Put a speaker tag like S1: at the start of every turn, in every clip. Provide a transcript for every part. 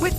S1: With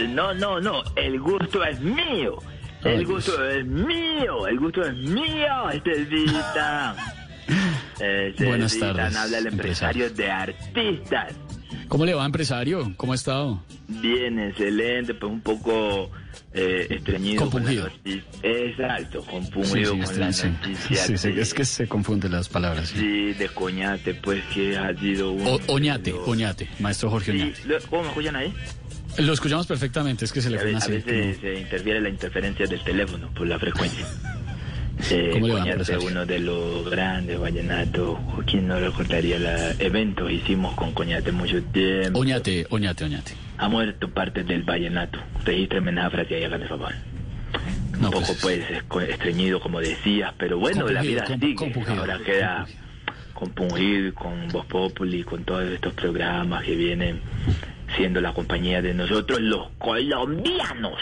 S2: No, no, no, el gusto es mío. El gusto es mío, el gusto es mío, este Estevita.
S3: Buenas tardes,
S2: Este habla el empresario de artistas.
S3: ¿Cómo le va, empresario? ¿Cómo ha estado?
S2: Bien, excelente, pues un poco eh, estreñido. con la
S3: Compungido.
S2: noticia. Exacto, compungido con la
S3: sí,
S2: noticia.
S3: sí, sí, es que se confunden las palabras. sí.
S2: Sí, de coñate, pues que ha sido un...
S3: O- Oñate, Oñate, maestro Jorge
S2: Sí,
S3: Oñate.
S2: lo- ¿Cómo me escuchan ahí?
S3: Lo escuchamos perfectamente, es que se le
S2: A
S3: fue
S2: ve-
S3: una
S2: a veces
S3: serie.
S2: se interfiere la interferencia del teléfono por la frecuencia. Eh,
S3: ¿Cómo le va,
S2: Coñate,
S3: empresario?
S2: uno de los grandes vallenatos, ¿quién no recordaría los eventos hicimos con Coñate mucho tiempo?
S3: Oñate, Oñate, Oñate.
S2: Ha muerto parte del vallenato. Regístrame esa frase y hágame favor. Un
S3: No,
S2: poco
S3: pues,
S2: pues esco- estreñido como decías, pero bueno, la
S3: Compungido,
S2: vida
S3: com-
S2: sigue.
S3: compungido, pues,
S2: Ahora queda compungido con Voz Populi, con todos estos programas que vienen siendo la compañía de nosotros los colombianos.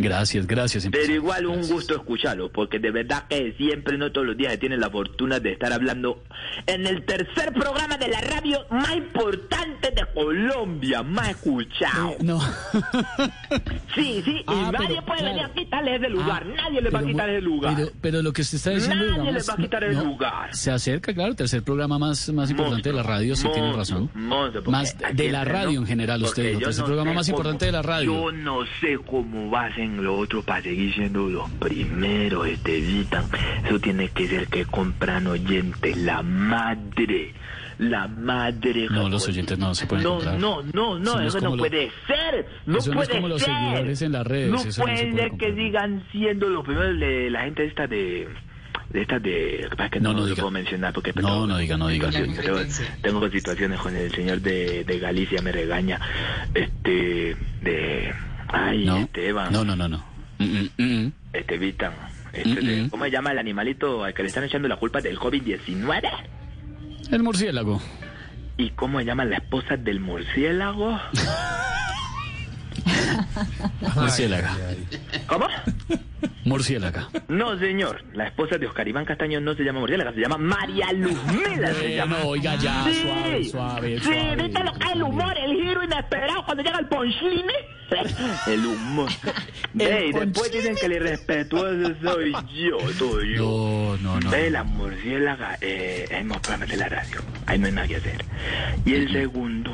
S3: Gracias, gracias,
S2: Pero
S3: empresario.
S2: igual un gusto escucharlo, porque de verdad que siempre, no todos los días, se tiene la fortuna de estar hablando en el tercer programa de la radio más importante de Colombia, más escuchado.
S3: Eh, No.
S2: Sí, sí, y
S3: Ah,
S2: nadie
S3: pero,
S2: puede
S3: claro.
S2: venir a quitarle ese lugar,
S3: Ah,
S2: nadie le va a
S3: pero
S2: quitar
S3: mu-
S2: ese lugar.
S3: Pero, pero lo que usted está diciendo,
S2: Nadie
S3: digamos,
S2: le va a quitar el lugar.
S3: Se acerca, claro, tercer programa más, más importante de la radio, sí tiene
S2: Monstruo,
S3: razón.
S2: monstruo, porque
S3: más
S2: aquí
S3: de la
S2: está,
S3: radio
S2: ¿no?
S3: en general, usted
S2: Porque
S3: dijo.
S2: yo
S3: Tercer
S2: no
S3: programa
S2: sé
S3: más importante
S2: cómo-
S3: de la radio.
S2: Yo no sé cómo hacen los otros para seguir siendo los primeros, Estevitan. Eso tiene que ser que compran oyentes, la madre. La madre.
S3: No, los oyentes no se pueden
S2: No,
S3: comprar.
S2: no, no, no,
S3: Eso no es
S2: eso no
S3: como lo-
S2: puede ser. No
S3: eso no
S2: puede
S3: es como los
S2: ser.
S3: seguidores en las redes,
S2: No
S3: eso no se
S2: puede
S3: puede
S2: que
S3: comprar.
S2: sigan siendo los primeros de la gente esta de. De estas de. capaz Que
S3: No,
S2: no,
S3: no
S2: lo
S3: diga.
S2: puedo mencionar porque.
S3: No, no diga, no diga.
S2: Yo tengo, tengo situaciones con el señor de, de Galicia, me regaña. Este, de. Ay, este
S3: No,
S2: Esteban.
S3: no, no, no. no. Mm, mm, mm.
S2: Estevitan. Este de-
S3: Mm-mm.
S2: ¿Cómo se llama el animalito al que le están echando la culpa del COVID-19?
S3: El murciélago.
S2: ¿Y cómo se llama la esposa del murciélago?
S3: Murciélaga.
S2: ¿Cómo?
S3: Murciélaga.
S2: No, señor. La esposa de Oscar Iván Castaño no se llama murciélaga, se llama María Luzmila. se
S3: Eh,
S2: llama.
S3: no, oiga ya,
S2: Sí.
S3: suave, suave,
S2: Sí,
S3: suave.
S2: ¿viste lo que es el humor, el giro inesperado cuando llega el ponchline? El humor. Ve, y después dicen que el irrespetuoso soy yo, soy yo.
S3: No, no, no.
S2: Ve, la murciélaga eh, es más programa de la radio. Ahí no hay nada que hacer. Y el segundo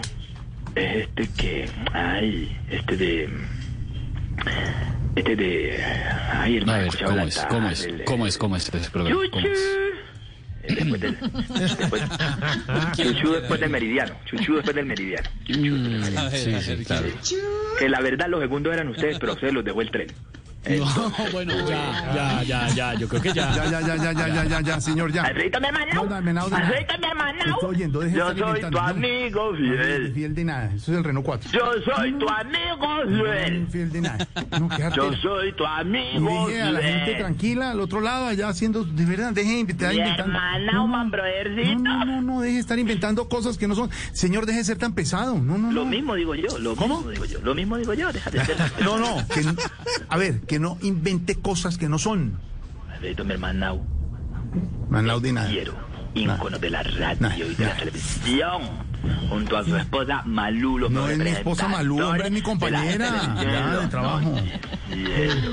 S2: es este que. Ay, este de. Este de. Ay, el
S3: A
S2: más
S3: ver,
S2: escuchado
S3: ¿cómo
S2: de la
S3: es? ¿Cómo es?
S2: tarde, el-
S3: ¿Cómo es? ¿Cómo es ese programa? ¿Cómo
S2: Chuchu.
S3: es?
S2: Eh, Después del, después- chuchu después del meridiano. Chuchu después del meridiano.
S3: Mm, Sí, sí, claro.
S2: Que la verdad los segundos eran ustedes, pero ustedes los dejó el tren.
S3: No, bueno, ya, ya, ya, ya, yo creo que
S4: Ya, ya, ya, ya, ya, ya, ya, ya, señor, ya.
S2: Aceítame, Manao.
S4: No, dame nada, dame nada.
S2: Aceítame, Manao.
S4: Estoy oyendo, deje de
S2: Yo
S4: estar
S2: soy tu
S4: inventando, ¿no?
S2: amigo fiel.
S4: Fiel de nada, eso es el Renault 4.
S2: Yo soy tu amigo fiel.
S4: Fiel de nada. No, qué
S2: Yo
S4: artera.
S2: soy tu
S4: Y
S2: amigo
S4: deje a la gente
S2: fiel.
S4: tranquila al otro lado, allá haciendo, de verdad, deje de inventar,
S2: Mi
S4: inventando.
S2: hermana,
S4: No,
S2: man,
S4: no,
S2: brothercito.
S4: no, no, no, deje de estar inventando cosas que no son. Señor, deje de ser tan pesado. No, no,
S2: Lo
S4: no.
S2: mismo digo yo, lo mismo digo yo, lo mismo digo yo, déjate de ser.
S4: No, no, que, n- a ver, que no invente cosas que no son.
S2: Aceítame, Manao.
S4: Manao de nada.
S2: Quiero, ícono de la radio
S4: Nah.
S2: y de la
S4: Nah.
S2: televisión, junto a su esposa Malú. los
S4: No es mi esposa Malú, hombre, es mi
S2: de la
S4: compañera.
S2: televisión,
S4: Ya, de trabajo.
S2: quiero.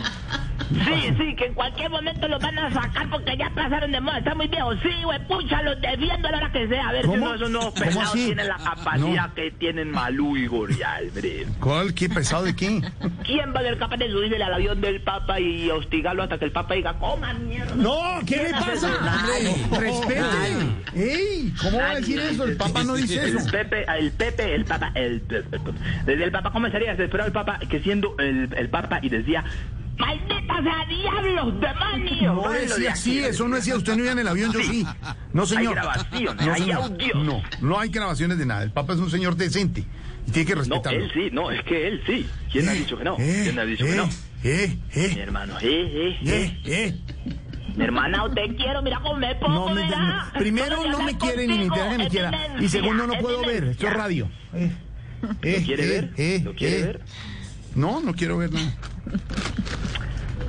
S2: Sí, sí, que en cualquier momento los van a sacar porque ya pasaron de moda, están muy viejos. Sí, güey, pucha, los debiendo a la hora que sea. A ver si
S4: ¿Cómo?
S2: uno de esos nuevos
S4: ¿Cómo
S2: pelados
S4: así? Ah,
S2: tienen la capacidad que tienen Malú y Gorial, hombre.
S4: ¿Cuál? ¿Qué pesado de qué?
S2: ¿Quién va a ser capaz de subirse al avión del Papa y hostigarlo hasta que el Papa diga, coma mierda?
S4: No, ¿qué le
S2: pasa?
S4: pasa?
S2: Hombre,
S4: Respete. Ey, ¿cómo va a decir eso? El Papa no dice
S2: El
S4: eso.
S2: Pepe, el Pepe, el Papa, el, el- el- desde el Papa comenzaría a esperar al Papa que siendo el, el Papa y decía, maldita sea diablos, demonios.
S4: No
S2: Váyanlo de aquí".
S4: decía así, eso no decía. Usted no iba en el avión, yo sí. No, señor.
S2: Hay grabaciones,
S4: No,
S2: hay
S4: señor.
S2: audios.
S4: No, no hay grabaciones de nada. El Papa es un señor decente. Y tiene que
S2: No,
S4: respetarlo.
S2: él sí, no, es que él sí. ¿Quién ha
S4: Eh,
S2: dicho que no?
S4: eh,
S2: ¿Quién ha dicho que
S4: eh,
S2: no?
S4: Eh, eh,
S2: Mi hermano, eh, eh, eh.
S4: eh, eh.
S2: Mi hermana, te quiero, mira cómo me pongo,
S4: No me-
S2: mira.
S4: no. Primero,
S2: Solo de
S4: no me
S2: hablar
S4: quieren ni
S2: contigo,
S4: me interesa que me
S2: es
S4: quiera. Y
S2: demencia,
S4: segundo, no
S2: es
S4: puedo ver. Esto
S2: demencia.
S4: es radio. Eh, eh,
S2: ¿Lo quiere
S4: eh,
S2: ver?
S4: eh,
S2: ¿Lo quiere
S4: eh.
S2: ver?
S4: No, no quiero ver nada.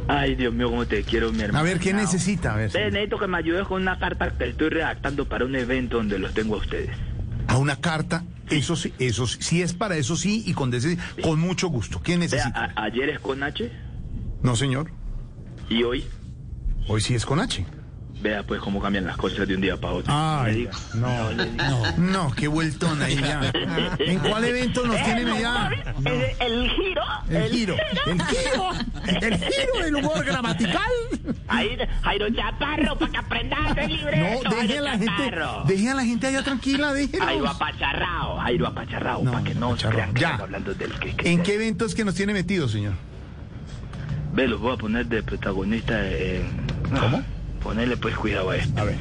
S2: Ay, Dios mío, cómo te quiero, mi hermano.
S4: A ver, ¿qué
S2: No.
S4: necesita? A ver.
S2: Ve, necesito que me ayudes con una carta que estoy redactando para un evento donde los tengo a ustedes.
S4: A una carta, eso sí, eso sí, si es para eso sí y con dese- con mucho gusto.
S2: Vea,
S4: ¿Qué
S2: ah,
S4: necesita?
S2: a- ayer es con H
S4: No, señor.
S2: y hoy,
S4: Hoy sí es con H.
S2: vea pues cómo cambian las cosas de un día para otro. Le
S4: Ay,
S2: digo.
S4: no, no, no, qué vueltón ahí ya. ¿En cuál evento nos tienen allá?
S2: El, Eh, el giro,
S4: El giro, el giro, el giro del humor gramatical.
S2: Ahí, Jairo Chaparro, para que aprendas el libreto.
S4: No, deje a
S2: Jairo
S4: la gente,
S2: Chaparro.
S4: deje a la gente allá tranquila,
S2: Jairo
S4: déjenlos.
S2: apacharrao, Jairo apacharrao,
S4: No,
S2: para que no se
S4: apacharrao.
S2: crean que
S4: Ya.
S2: estamos hablando del que, que-
S4: ¿En qué evento es que nos tiene metidos, señor?
S2: Ve, los voy a poner de protagonista en... ¿Cómo? Ponerle pues cuidado a esto.
S4: A ver,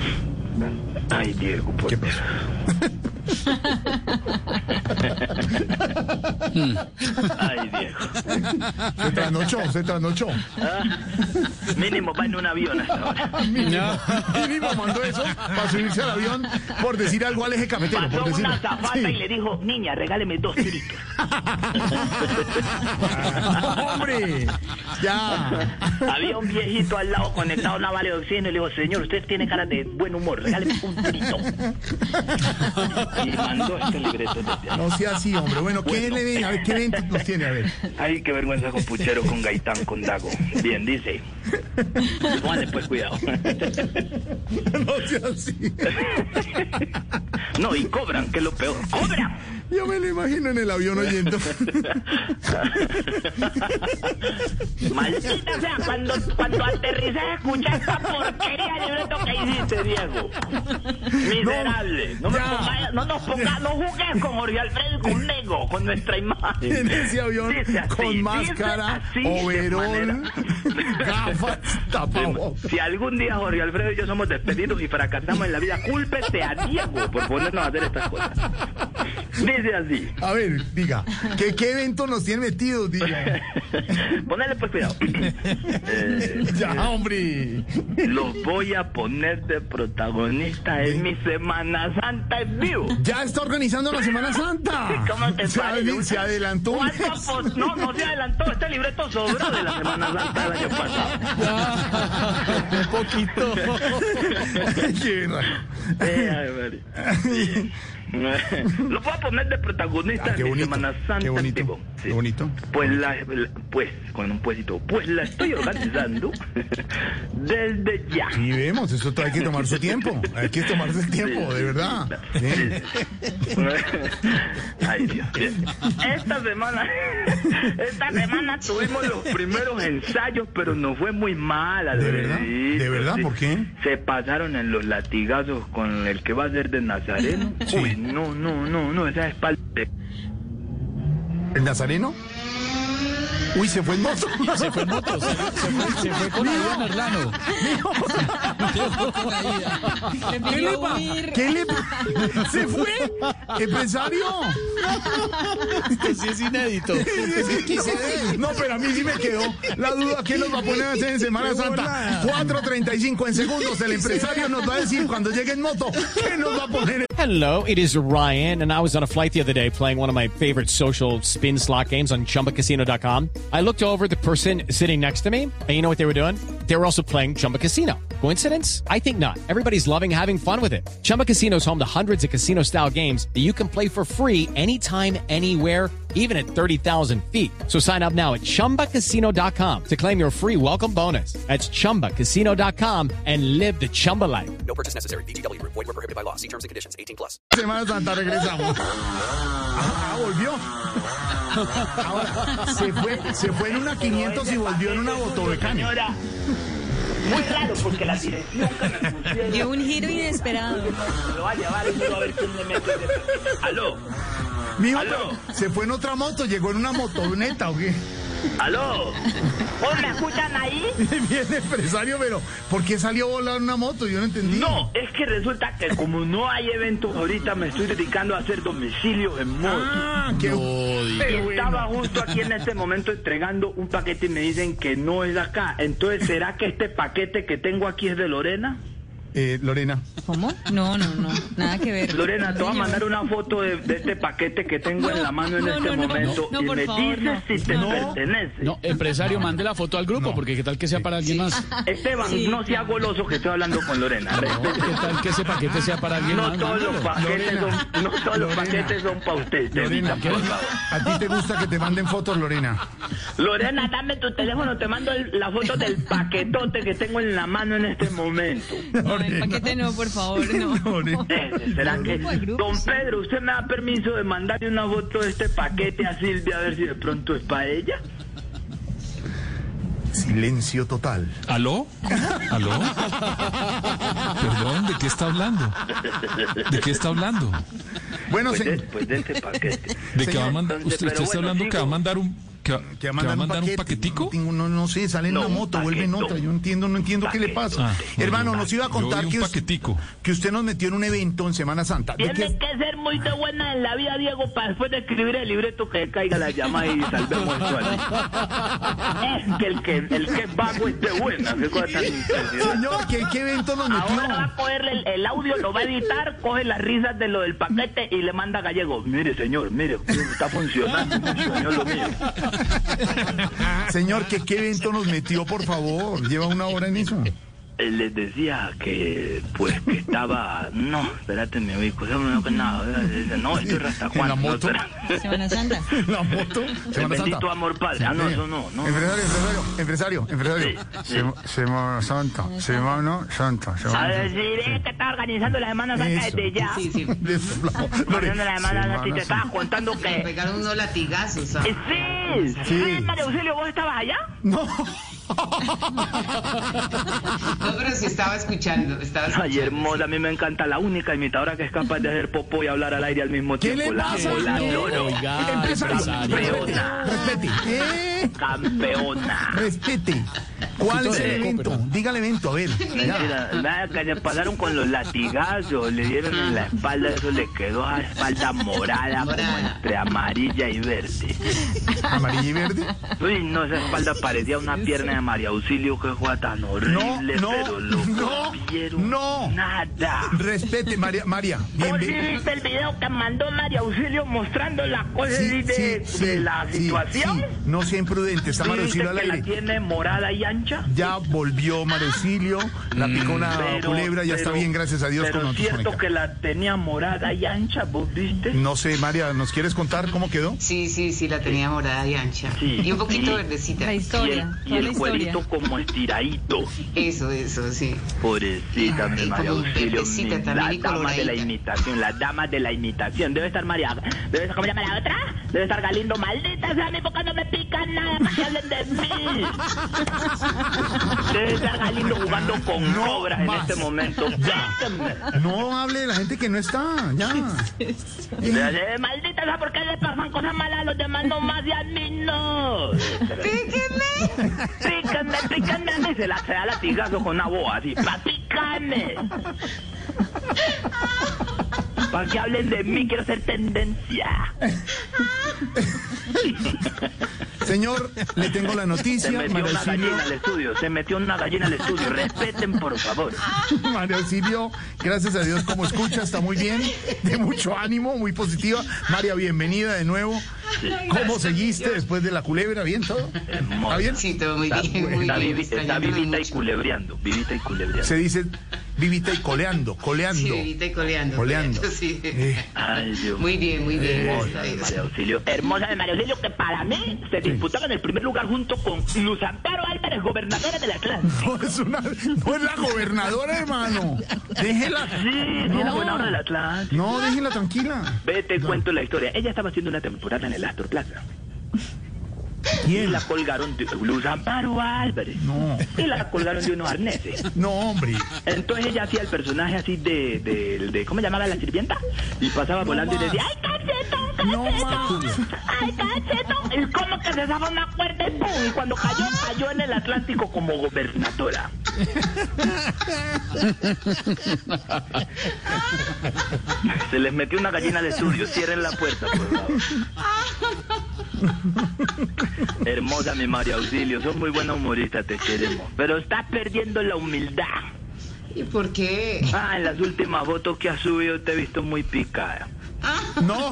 S2: Ay, Diego, por
S4: ¿qué pasó?
S2: Ay, Diego.
S4: Se trasnochó, se trasnochó.
S2: Mínimo va en un avión hasta ahora.
S4: Mínimo mandó eso para subirse al avión por decir algo al eje cafetero,
S2: Pasó
S4: por decir.
S2: una zapata
S4: Sí.
S2: y le dijo, niña, regáleme dos tiritos.
S4: ¡Hombre! Ya.
S2: Había un viejito al lado conectado a una vara de oxígeno y le dijo, señor, usted tiene cara de buen humor, regáleme un tirito. Y mandó este libreto desde ahí.
S4: No sea así, hombre. Bueno, ¿qué, le ven? A ver, ¿qué evento nos tiene? A ver.
S2: Ay, qué vergüenza con Puchero, con Gaitán, con Dago. Bien, dice. Póngale pues cuidado.
S4: No sea así.
S2: No, y cobran, que es lo peor. ¡Cobran!
S4: Yo me lo imagino en el avión oyendo.
S2: Maldita sea, cuando, cuando aterrices escucha esta porquería de libreto que hiciste, Diego. Miserable. No, me
S4: ya.
S2: pongas- no nos pongas, no jugues con Jorge Alfredo y conmigo, con nuestra imagen.
S4: En ese avión
S2: Dice así,
S4: con
S2: dice
S4: máscara,
S2: así, de
S4: overol,
S2: manera-
S4: gafas, tapabocas.
S2: Si algún día Jorge Alfredo y yo somos despedidos y fracasamos en la vida, cúlpese a Diego por ponernos a hacer estas cosas. Dice así.
S4: A ver, diga, ¿qué, qué evento nos tiene metidos? Diga.
S2: Ponele pues cuidado. Eh,
S4: Ya, hombre.
S2: Los voy a poner de protagonista en mi Semana Santa en vivo.
S4: Ya está organizando la Semana Santa.
S2: ¿Cómo te
S4: se,
S2: parece?
S4: ade- se adelantó. un
S2: ¿Cuánto
S4: mes.
S2: po- No, no se adelantó. Este libreto sobró de la Semana Santa del año pasado.
S4: Un poquito. Qué raro.
S2: Eh, ay, María. Sí. Lo voy a poner de protagonista
S4: Ah, qué
S2: en mi
S4: bonito,
S2: Semana Santa
S4: qué
S2: en
S4: bonito,
S2: vivo. Sí.
S4: qué bonito.
S2: Pues la, la- pues, con un puesito, pues la estoy organizando desde ya.
S4: Y vemos, eso hay que tomar su tiempo. Hay que tomarse el tiempo, de verdad. ¿Eh? Sí.
S2: Ay, Dios. Bien. Esta semana, esta semana tuvimos los primeros ensayos, pero nos fue muy mala.
S4: ¿De verdad?
S2: Lorenzo,
S4: ¿De verdad?
S2: sí.
S4: ¿Por qué?
S2: Se pasaron en los latigazos con el que va a ser de Nazareno.
S4: Sí.
S2: Uy, no, no, no, no, esa espalda.
S4: ¿El nazareno? Uy, se fue en moto.
S3: Se fue en moto, se, se fue, se fue con avión Herlano.
S4: ¿Qué le pa- ¿Qué le pa- ¿Se fue? ¡Empresario!
S3: Esto sí es inédito.
S4: No, pero a mí sí me quedó la duda que nos va a poner a hacer en Semana Santa. 4.35 en segundos. El empresario nos va a decir cuando llegue en moto qué nos va a poner.
S5: Hello, it is Ryan, and I was on a flight the other day playing one of my favorite social spin slot games on chumbacasino.com. I looked over at the person sitting next to me, and you know what they were doing? They were also playing Chumba Casino. Coincidence? I think not. Everybody's loving having fun with it. Chumba Casino is home to hundreds of casino style games that you can play for free anytime, anywhere, even at 30,000 feet. So sign up now at chumbacasino.com to claim your free welcome bonus. That's chumbacasino.com and live the Chumba life.
S4: Semana Santa regresamos. Ah, volvió. Ahora, se fue, se fue en una 500 y volvió en una botobecana.
S2: Señora, muy raro porque la dirección que me pusieron
S6: Dio un giro inesperado.
S2: lo va a llevar y yo a ver quién le mete. ese- Aló.
S4: Mijo,
S2: Aló.
S4: se fue en otra moto, llegó en una motoneta, ¿o qué?
S2: ¿Aló? ¿Vos me escuchan ahí?
S4: Bien empresario, pero ¿por qué salió a volar una moto? Yo no entendí.
S2: No, es que resulta que como no hay eventos ahorita, me estoy dedicando a hacer domicilios en moto.
S4: Ah, qué
S2: Pero estaba justo aquí en este momento entregando un paquete y me dicen que no es de acá. Entonces, ¿será que este paquete que tengo aquí es de Lorena?
S4: Eh, Lorena.
S7: ¿Cómo? No, no, no. Nada que ver.
S2: Lorena, te voy a
S7: Señor.
S2: mandar una foto de, de este paquete que tengo en la mano en
S7: No, no,
S2: este
S7: no, no,
S2: momento
S7: no,
S2: y
S7: por
S2: me
S7: favor,
S2: dices
S7: no.
S2: si te
S7: No,
S2: pertenece.
S3: No, empresario, mande la foto al grupo, porque qué tal que sea para alguien más.
S2: Esteban, no sea goloso que estoy hablando con Lorena.
S3: No, qué tal que ese paquete sea para alguien
S2: No
S3: más.
S2: todos los
S3: mándelo.
S2: paquetes
S4: Lorena.
S2: son, no todos los
S4: Lorena.
S2: paquetes son para usted, Estevita,
S4: Lorena,
S2: por favor.
S4: ¿a ti te gusta que te manden fotos, Lorena?
S2: Lorena, dame tu teléfono, te mando el- la foto del paquetote que tengo en la mano en este momento.
S7: No, el paquete no, por favor, no.
S4: Lorena.
S2: Eh, ¿Será que...
S7: Grupo, grupo,
S2: Don
S7: sí.
S2: Pedro, ¿usted me da permiso de mandarle una foto de este paquete a Silvia a ver si de pronto es para ella?
S4: Silencio total.
S8: ¿Aló? ¿Aló? Perdón, ¿de qué está hablando? ¿De qué está hablando?
S4: Bueno,
S2: Pues de,
S4: se-
S2: pues de este paquete.
S8: ¿De qué va a
S4: Señor,
S8: mandar?
S2: entonces,
S8: ¿Usted,
S2: pero
S8: usted está
S2: bueno,
S8: hablando que va a
S2: sigo.
S8: mandar un, que, va-
S4: que va a
S8: que va
S4: mandar,
S8: a mandar un
S4: paquetico.
S8: paquetico?
S4: No, no, no sé, sale en
S2: No,
S4: la
S2: un
S4: moto, vuelve en
S2: paquetón.
S4: otra. Yo no entiendo, no entiendo qué le pasa.
S8: Ah, no,
S4: Hermano,
S8: no,
S4: nos iba a
S8: yo vi
S4: contar
S8: un
S4: que, us-
S8: paquetico.
S4: que usted nos metió en un evento en Semana Santa. ¿De qué-
S2: Tiene que ser muy de buena en la vida, Diego, para después de escribir el libreto que caiga la llamada y salvemos esto ahí. Es que el que, el que es vago es de buena. Qué cosa tan impresionante.
S4: Señor, ¿qué, qué evento nos metió?
S2: Ahora va a coger el, el audio, lo va a editar, coge las risas de lo del paquete y le manda a Gallego. Mire, señor, mire, está funcionando. Señor, lo mío.
S4: Señor, ¿qué, ¿qué evento nos metió, por favor? Lleva una hora en eso.
S2: Eh, les decía que pues que estaba no espérate mi ubico no no que nada eh, no esto es Rastacuán
S4: ¿En la moto?
S2: no, espera.
S7: Semana Santa.
S4: ¿La moto?
S2: el
S4: Semana Santa.
S2: bendito amor padre ah no eso no no
S4: Empresario, empresario, empresario, empresario.
S2: Sí, sí.
S4: Sema- Semana Santa, Semana Santa,
S2: a
S4: Semana Santa.
S2: decir eh, que está organizando la semana santa
S4: Eso.
S2: desde ya
S4: De flavo.
S2: organizando la semana santa y te
S4: Semana
S2: estaba
S4: Santa.
S2: contando que
S9: pegaron unos latigazos. ¿ah?
S2: Eh, sí
S4: Sí.
S2: sí María Auxilio vos estabas allá
S4: No,
S9: No, pero se estaba escuchando. Estaba
S2: Ay, hermosa, a mí me encanta la única imitadora que es capaz de hacer popó y hablar al aire al mismo
S4: ¿Qué
S2: tiempo.
S4: le
S2: La
S4: pasa?
S2: Lola
S4: No,
S2: Loro.
S3: oiga,
S2: Campeona,
S3: empresario.
S4: respete. Eh,
S2: campeona.
S4: respete. ¿Cuál es el
S3: Entonces,
S4: evento? Diga el evento, a ver. ya.
S2: Mentira, nada, que le pasaron con los latigazos, le dieron en la espalda, eso le quedó a espalda morada, como entre amarilla y verde.
S4: Amarillo y verde.
S2: Uy, no, esa espalda parecía una pierna de María Auxilio, que juega tan
S4: No,
S2: horrible,
S4: no,
S2: pero lo
S4: no,
S2: vieron
S4: no.
S2: nada.
S4: Respete, María, María.
S2: ¿Vos sí
S4: bienve-
S2: viste el video que mandó María Auxilio mostrando las cosas
S4: Sí,
S2: y de,
S4: sí,
S2: de
S4: sí,
S2: la
S4: sí,
S2: situación?
S4: sí. No sea imprudente, está
S2: ¿Sí
S4: Marucilio
S2: viste
S4: al
S2: que la
S4: aire.
S2: tiene morada y ancha?
S4: Ya volvió Marucilio, la picó una
S2: Pero-
S4: Ah, culebra, ya está
S2: pero-
S4: bien, gracias a Dios.
S2: Pero
S4: con
S2: es
S4: nosotros
S2: cierto que
S4: conectados.
S2: la tenía morada y ancha, ¿vos viste?
S4: No sé, María, ¿nos quieres contar cómo quedó?
S9: Sí, sí, sí, la tenía morada y ancha.
S2: Sí.
S9: Y un poquito
S2: Sí.
S9: verdecita.
S7: La
S2: Y el,
S7: historia.
S2: y
S7: Toda
S2: el
S7: la historia.
S2: cuerito como estiradito.
S9: Eso, eso, sí.
S2: Pobrecita, mi
S9: Ay,
S2: María
S9: como
S2: Auxilio. mi-
S9: verdecita
S2: la
S9: también y
S2: dama de la
S9: coloradita.
S2: imitación, la dama de la imitación. Debe estar María. Debe estar, ¿cómo se llama la otra? Debe estar Galindo. Maldita sea mi boca, no me pica nada para que hablen de mí. Debe estar Galindo jugando con
S4: No
S2: cobras en
S4: más.
S2: este momento.
S4: No hable de la gente que no está, ya.
S2: Eh, Maldita sea, ¿por qué le pasan cosas malas a los demás nomás y a mí no?
S9: ¡Píquenle!
S2: Pícame, pícame, a mí se la se da latigazo con una boa así, pa, pícame. Para que hablen de mí, quiero ser tendencia.
S4: Señor, le tengo la
S2: Se
S4: noticia.
S2: metió
S4: María
S2: una
S4: Auxilio,
S2: gallina al estudio, se metió una gallina al estudio, respeten por favor.
S4: María Auxilio, gracias a Dios, como escucha, está muy bien, de mucho ánimo, muy positiva. María, bienvenida de nuevo. ¿Cómo seguiste después de la culebra? ¿Bien todo? ¿Está bien?
S9: Sí, todo muy bien, muy
S2: Está,
S9: bien.
S2: vivi- está
S9: extrañándola
S2: vivita y
S9: mucho.
S2: culebreando, vivita y culebreando.
S4: Se dice vivita y coleando,
S9: Sí,
S4: coleando.
S9: vivita y coleando.
S4: Coleando. Eh,
S9: Sí.
S2: Ay, Dios
S9: Muy bien, muy bien. gracias
S2: Hermosa
S9: a
S2: de
S9: Dios.
S2: María Auxilio. Hermosa de María Auxilio, que para mí se disputaba en el primer lugar junto con Luz Amparo Álvarez, gobernadora del Atlántico.
S4: No es, una, no es la gobernadora, hermano. Déjela.
S2: Sí, sí, la gobernadora del Atlántico.
S4: No, déjela tranquila.
S2: Ve, te cuento la historia. Ella estaba haciendo una temporada en el Astor Plaza. Y la colgaron de Luz Amparo Álvarez.
S4: No.
S2: Y la colgaron de unos arneses.
S4: No, hombre.
S2: Entonces ella hacía el personaje así de, de, de- ¿cómo llamaba la sirvienta? Y pasaba volando y decía, ¡ay, calcetón,
S4: No más.
S2: Ay, cacheto. ¿Y cómo que se daba una cuerda y pum? Y cuando cayó, cayó en el Atlántico como gobernadora. Se les metió una gallina de estudio. Cierren la puerta, por favor. Hermosa mi María Auxilio. Sos muy buena humorista, te queremos. Pero estás perdiendo la humildad.
S9: ¿Y por qué?
S2: Ah, en las últimas fotos que has subido te he visto muy picada.
S4: No.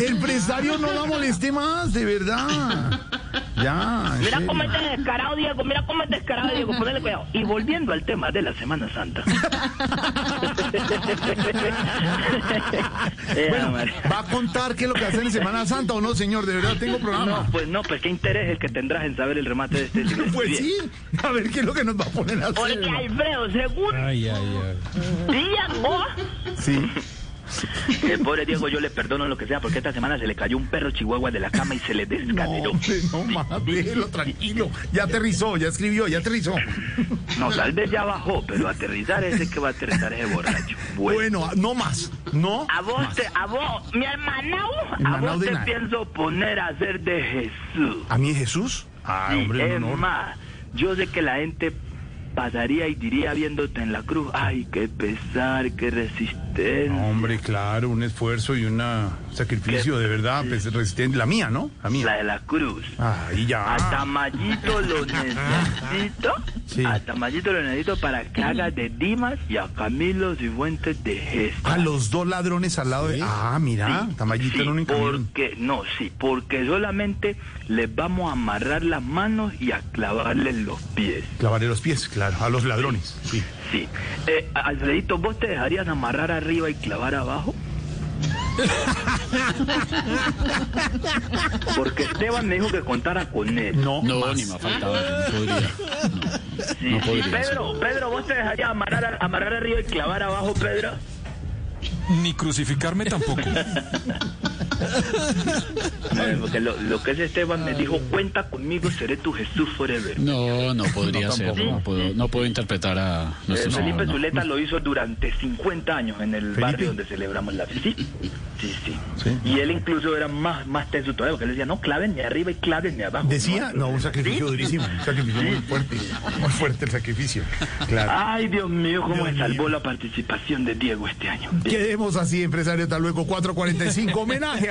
S4: Empresario, no la moleste más, de verdad. Ya. en
S2: Mira
S4: serio.
S2: cómo es de descarado, Diego. Mira cómo es de descarado, Diego. Ponele cuidado. Y volviendo al tema de la Semana Santa. Eh,
S4: Bueno,
S2: María.
S4: ¿va a contar qué es lo que hacen en Semana Santa o no, señor? De verdad,
S2: no,
S4: tengo programa.
S2: pues no, pues qué interés el que tendrás en saber el remate de este libro.
S4: Pues sí. A ver qué es lo que nos va a poner a hacer.
S2: Porque Alfredo, según
S8: Ay, ay, ay.
S2: Diego,
S4: Sí.
S2: el "Eh, pobre Diego, yo le perdono lo que sea, porque esta semana se le cayó un perro chihuahua de la cama y se le
S4: No,
S2: descaderó.
S4: hombre, no más, déjelo tranquilo. Ya aterrizó, ya escribió, ya aterrizó.
S2: No, tal vez ya bajó, pero aterrizar ese que va a aterrizar ese borracho. Bueno.
S4: Bueno, ah, no más. No.
S2: A vos, te, a vos, mi hermanao, a
S4: Hermanao
S2: vos
S4: de
S2: te
S4: nada.
S2: pienso poner a ser de Jesús.
S4: ¿A mí Jesús? Ah,
S2: Sí,
S4: hombre,
S2: es
S4: un honor.
S2: más, yo sé que la gente pasaría y diría viéndote en la cruz, ay, qué pesar, qué
S4: No,
S2: resistencia.
S4: Hombre, claro, un esfuerzo y un sacrificio de verdad, pues, resistente. La mía, ¿no? La
S2: La
S4: mía.
S2: de la cruz.
S4: Ah, y ya.
S2: A Tamayito lo necesito.
S4: Sí.
S2: A Tamayito lo necesito para que haga de Dimas y a Camilo Cifuentes de Gesta.
S4: A los dos ladrones al lado de. Ah, mira, Tamayito
S2: Sí,
S4: era un encamión.
S2: porque, no, sí, porque solamente les vamos a amarrar las manos y a clavarles los pies.
S4: Clavaré los pies, claro. A los ladrones, sí.
S2: Sí. Eh, Alfredito, ¿vos te dejarías amarrar arriba y clavar abajo? Porque Esteban me dijo que contara con él.
S4: No,
S3: No,
S4: más.
S3: ni me faltaba. No podría.
S2: Sí,
S3: no
S2: sí.
S3: podría
S2: Pedro, Pedro, ¿vos te dejarías amarrar, amarrar arriba y clavar abajo, Pedro?
S8: Ni crucificarme tampoco.
S2: Eh, Porque lo, lo que es Esteban me dijo, cuenta conmigo, seré tu Jesús forever.
S3: No, no podría
S4: No,
S3: ser.
S4: tampoco.
S3: No puedo, no puedo interpretar a
S2: Eh,
S3: nuestro
S2: Felipe
S3: señor. no.
S2: Zuleta lo hizo durante 50 años en el
S4: Felipe.
S2: barrio donde celebramos la fiesta. Sí, sí, sí.
S4: Sí.
S2: Y él incluso era más, más tenso todavía, porque él decía, no, clávenme arriba y clávenme abajo.
S4: Decía, no, un sacrificio durísimo, un sacrificio muy fuerte, muy fuerte el sacrificio. Claro.
S2: Ay, Dios mío, cómo
S4: Dios
S2: se salvó
S4: mío.
S2: la participación de Diego este año.
S4: Quedemos así, empresario, hasta luego. 445, homenaje